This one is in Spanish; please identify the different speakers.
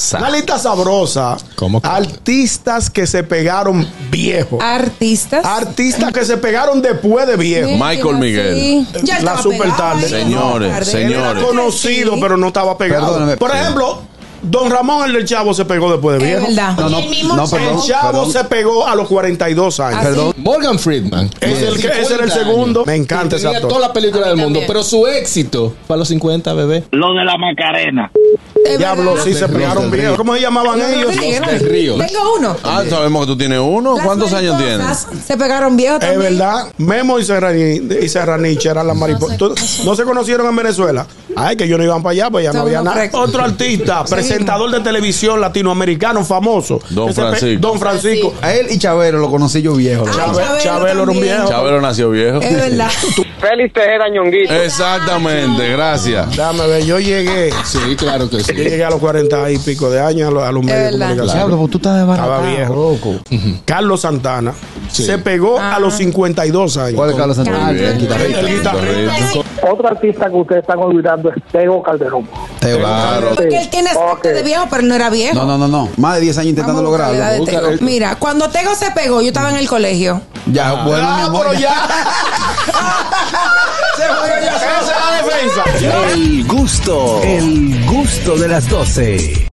Speaker 1: sabrosa.
Speaker 2: Una lista sabrosa.
Speaker 1: ¿Cómo que?
Speaker 2: Artistas que se pegaron viejos.
Speaker 3: Ah, Artistas.
Speaker 2: Artistas que se pegaron después de viejo.
Speaker 3: Sí,
Speaker 4: Michael
Speaker 3: sí.
Speaker 4: Miguel.
Speaker 3: Ya
Speaker 2: La
Speaker 3: estaba
Speaker 2: super
Speaker 3: pegado
Speaker 2: tarde.
Speaker 3: ahí,
Speaker 4: Señores,
Speaker 3: tarde.
Speaker 4: señores.
Speaker 2: Era conocido,
Speaker 3: Sí.
Speaker 2: pero no estaba pegado.
Speaker 1: Perdóname.
Speaker 2: Por ejemplo, Don Ramón, el del Chavo, se pegó después de
Speaker 3: Es
Speaker 2: viejo.
Speaker 3: verdad.
Speaker 1: No, no,
Speaker 5: Y el mismo
Speaker 1: no,
Speaker 5: Chavo.
Speaker 1: perdón.
Speaker 2: El Chavo
Speaker 1: perdón,
Speaker 2: se pegó a los 42 años.
Speaker 3: Así.
Speaker 1: perdón. Morgan Friedman.
Speaker 2: Es el que- ese era el
Speaker 1: 50
Speaker 2: segundo.
Speaker 1: años.
Speaker 2: Me encanta
Speaker 1: Y
Speaker 2: ese
Speaker 1: tenía
Speaker 2: actor.
Speaker 1: todas las películas
Speaker 3: A mí
Speaker 1: del mundo,
Speaker 3: también.
Speaker 1: pero su éxito fue a los 50, bebé.
Speaker 6: Lo de la Macarena.
Speaker 3: Es
Speaker 2: Diablo,
Speaker 3: verdad.
Speaker 2: sí se
Speaker 1: Los del
Speaker 2: pegaron
Speaker 1: Río.
Speaker 2: bien. ¿Cómo se llamaban
Speaker 3: No, no,
Speaker 2: ellos?
Speaker 3: no, no, no, no.
Speaker 1: Los del Río.
Speaker 3: Tengo uno.
Speaker 4: Ah, sabemos que tú tienes uno.
Speaker 3: Las
Speaker 4: ¿Cuántos años tienes?
Speaker 3: mariposas Se pegaron viejos
Speaker 2: Es
Speaker 3: también.
Speaker 2: verdad, Memo y, Serrani- y Serraniche eran las mariposas.
Speaker 5: se
Speaker 2: ¿No, se conocieron en Venezuela? Ay, que ellos no iban para allá, pues ya no
Speaker 3: Estamos
Speaker 2: había nada.
Speaker 3: frescos.
Speaker 2: Otro artista, presentador de televisión latinoamericano famoso.
Speaker 4: Don
Speaker 2: Ese pe-
Speaker 4: Francisco.
Speaker 2: Don Francisco.
Speaker 5: Francisco.
Speaker 7: A él y Chavero lo conocí yo viejo.
Speaker 3: Ay,
Speaker 2: Chabe-
Speaker 3: Chabelo
Speaker 2: Chabelo era un
Speaker 3: también.
Speaker 2: viejo.
Speaker 4: Chabelo nació viejo.
Speaker 3: Es verdad.
Speaker 8: Félix Tejera Ñonguito.
Speaker 4: Exactamente, gracias.
Speaker 2: Déjame ver, yo llegué,
Speaker 1: Sí, claro que
Speaker 2: yo
Speaker 1: sí.
Speaker 2: llegué a los cuarenta y pico de años a los, a los medios de
Speaker 3: verdad.
Speaker 2: comunicación.
Speaker 7: Diablo, pues tú estás desbaratado,
Speaker 2: Estaba viejo.
Speaker 7: loco.
Speaker 2: Carlos Santana
Speaker 1: Sí.
Speaker 2: se pegó a los 52 años.
Speaker 7: ¿Cuál es Carlos Santana? Ah,
Speaker 4: Muy
Speaker 7: el
Speaker 4: bien.
Speaker 7: guitarrista.
Speaker 2: El guitarrista.
Speaker 6: Otro artista que ustedes están olvidando es Tego Calderón.
Speaker 7: Teo.
Speaker 4: Claro.
Speaker 3: Porque él tiene aspecto
Speaker 6: Ok.
Speaker 3: de viejo, pero no era viejo.
Speaker 7: No, no, no, no. Más de 10 años intentando
Speaker 3: Vamos a buscar la edad de
Speaker 7: lograrlo.
Speaker 3: Tego. Mira, cuando Tego se pegó, yo estaba en el colegio.
Speaker 7: Ya, bueno, mi
Speaker 2: Ah,
Speaker 7: amor.
Speaker 2: pero ya. Se fue, ya se hace la defensa.
Speaker 9: El gusto, el gusto de las 12.